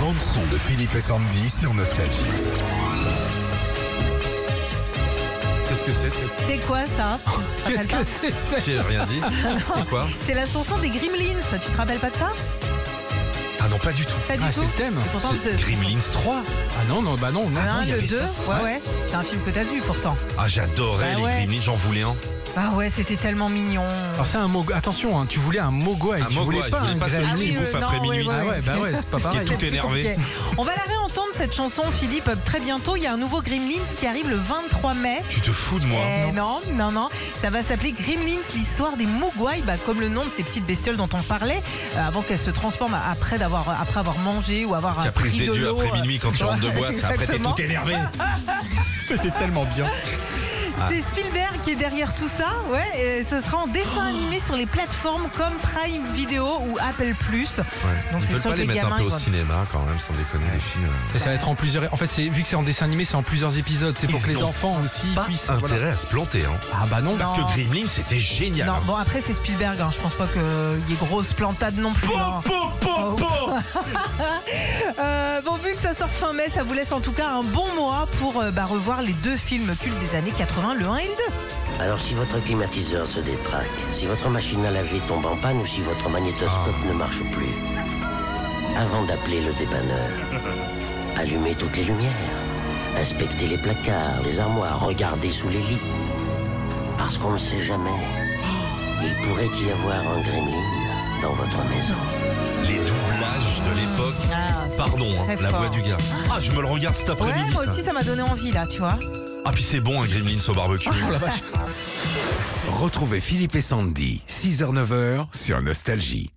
bande son de Philippe et Sandy sur Nostalgie. Qu'est-ce que c'est cette- C'est quoi ça Qu'est-ce que c'est ça J'ai rien Ah dit. C'est quoi C'est la chanson des Gremlins, tu te rappelles pas de ça Ah non, pas du tout. Pas du Ah, c'est tout le thème Et pourtant, C'est c'est- Gremlins 3 Ah non, non, bah non, non. Le non, 1, il y le avait 2, ça. ouais, ouais. C'est un film que t'as vu pourtant. Ah, j'adorais Bah les ouais. Gremlins, j'en voulais un. Ah ouais, c'était tellement mignon. Alors Ah, c'est un mogwai, attention, hein, tu voulais un mogwai, Un tu voulais mogwai, pas Ah, je voulais un pas ce gremlin. Ah oui, bouffe après ouais, minuit. ouais, Ah ouais, bah ouais, c'est pas pareil. Qui est tout C'est plus énervé. compliqué. On va la réentendre cette chanson, Philippe, euh, très bientôt. Il y a un nouveau Gremlins qui arrive le 23 mai. Tu te fous Oh, de moi Eh non, non, non. Ça va s'appeler Gremlins, l'histoire des Mogwai, bah, comme le nom de ces petites bestioles dont on parlait, euh, avant qu'elles se transforment après, d'avoir, après avoir mangé ou avoir euh, Caprice pris des de dieux l'eau, après euh, minuit quand tu rentres de boîte, après t'es Exactement. tout énervé. C'est tellement bien. Ah. C'est Spielberg qui est derrière tout ça, ouais. Et ce sera en dessin Oh. animé sur les plateformes comme Prime Video ou Apple Plus. Donc Ils c'est veulent sûr pas que les les mettre gamins un peu ils au vont- cinéma quand même, sans déconner les films. euh. Et ça va être en plusieurs. En fait, c'est vu que c'est en dessin animé, c'est en plusieurs épisodes. C'est pour Ils que les ont enfants aussi Pas puissent. intérêt voilà. à se planter, hein. Ah bah non. Parce Non. que Gremlins, c'était génial. Non, hein. bon après c'est Spielberg, hein. je pense pas qu'il y ait grosse plantade non plus. hein. Pom, pom, pom, pom. oh. Euh, bon, vu que ça sort fin mai, ça vous laisse en tout cas un bon mois pour euh, bah, revoir les deux films cultes des années 80, le 1 et le 2. Alors si votre climatiseur se détraque, si votre machine à laver tombe en panne ou si votre magnétoscope ne marche plus, avant d'appeler le dépanneur, allumez toutes les lumières, inspectez les placards, les armoires, regardez sous les lits. Parce qu'on ne sait jamais, il pourrait y avoir un gremlin dans votre maison. Les doublages de l'époque. Ah, c'est Pardon, hein, très la fort. voix du gars. Ah, je me le regarde cet Ouais, après-midi. moi ça. aussi ça m'a donné envie là, tu vois. Ah, puis c'est bon un Gremlins au barbecue. Oh, Retrouvez Philippe et Sandy, 6h-9h sur Nostalgie.